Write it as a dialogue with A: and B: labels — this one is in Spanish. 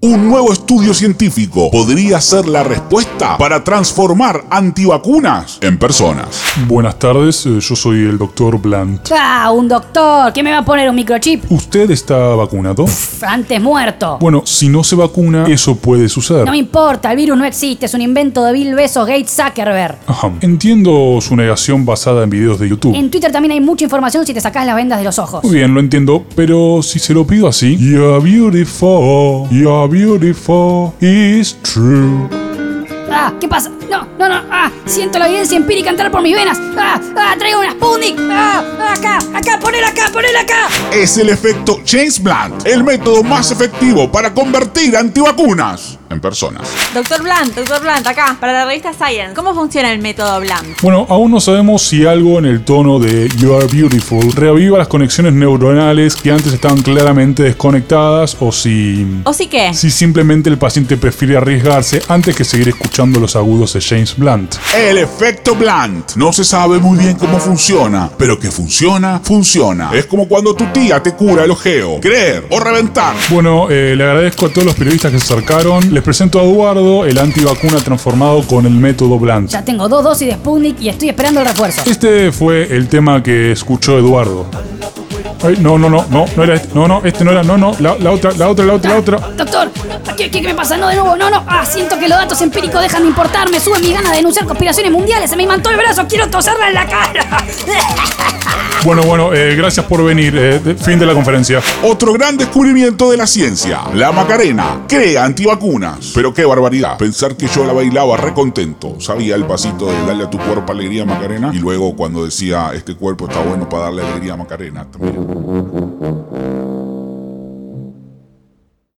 A: Un nuevo estudio científico podría ser la respuesta para transformar antivacunas en personas.
B: Buenas tardes, eh, yo soy el doctor Blunt.
C: Ah, un doctor. ¿Qué me va a poner un microchip?
B: ¿Usted está vacunado?
C: Pff, Antes muerto.
B: Bueno, si no se vacuna, eso puede suceder.
C: No me importa, el virus no existe, es un invento de Bill Besos, Gates, Zuckerberg.
B: Ajá. Entiendo su negación basada en videos de YouTube.
C: En Twitter también hay mucha información si te sacás las vendas de los ojos.
B: Muy bien, lo entiendo, pero si se lo pido así. You're beautiful, you're beautiful, it's true.
C: Ah, ¿qué pasa? No, no, no. Ah, siento la evidencia empírica entrar por mis venas. Ah, ah, traigo una Sputnik. Ah, acá, acá, ponela acá, ponela acá.
A: Es el efecto James Blunt, el método más efectivo para convertir antivacunas en personas.
D: Doctor Blunt, doctor Blunt, acá, para la revista Science. ¿Cómo funciona el método Blunt?
B: Bueno, aún no sabemos si algo en el tono de You Are Beautiful reaviva las conexiones neuronales que antes estaban claramente desconectadas o si...
D: ¿O sí qué?
B: Si simplemente el paciente prefiere arriesgarse antes que seguir escuchando los agudos de James Blunt.
A: El efecto Blunt. No se sabe muy bien cómo funciona, pero que funciona, funciona. Es como cuando tu tía te cura el ojeo. Creer o reventar.
B: Bueno, eh, le agradezco a todos los periodistas que se acercaron. Les presento a Eduardo, el antivacuna transformado con el método Blunt.
C: Ya tengo dos dosis de Sputnik y estoy esperando el refuerzo.
B: Este fue el tema que escuchó Eduardo. Ay, no, no, no, no, no era este, no, no, este no era, no, no, la, la otra, la otra, la otra, la otra.
C: Doctor, ¿qué, qué, qué me pasa? No, de nuevo, no, no. Ah, siento que los datos empíricos dejan de importarme. Suben mis ganas de denunciar conspiraciones mundiales. Se me imantó el brazo. Quiero toserla en la cara.
B: Bueno, bueno, eh, gracias por venir. eh, de- fin de la conferencia.
A: Otro gran descubrimiento de la ciencia. La Macarena crea antivacunas. Pero qué barbaridad. Pensar que yo la bailaba recontento. Sabía el pasito de darle a tu cuerpo alegría Macarena. Y luego cuando decía, este cuerpo está bueno para darle alegría a Macarena. también.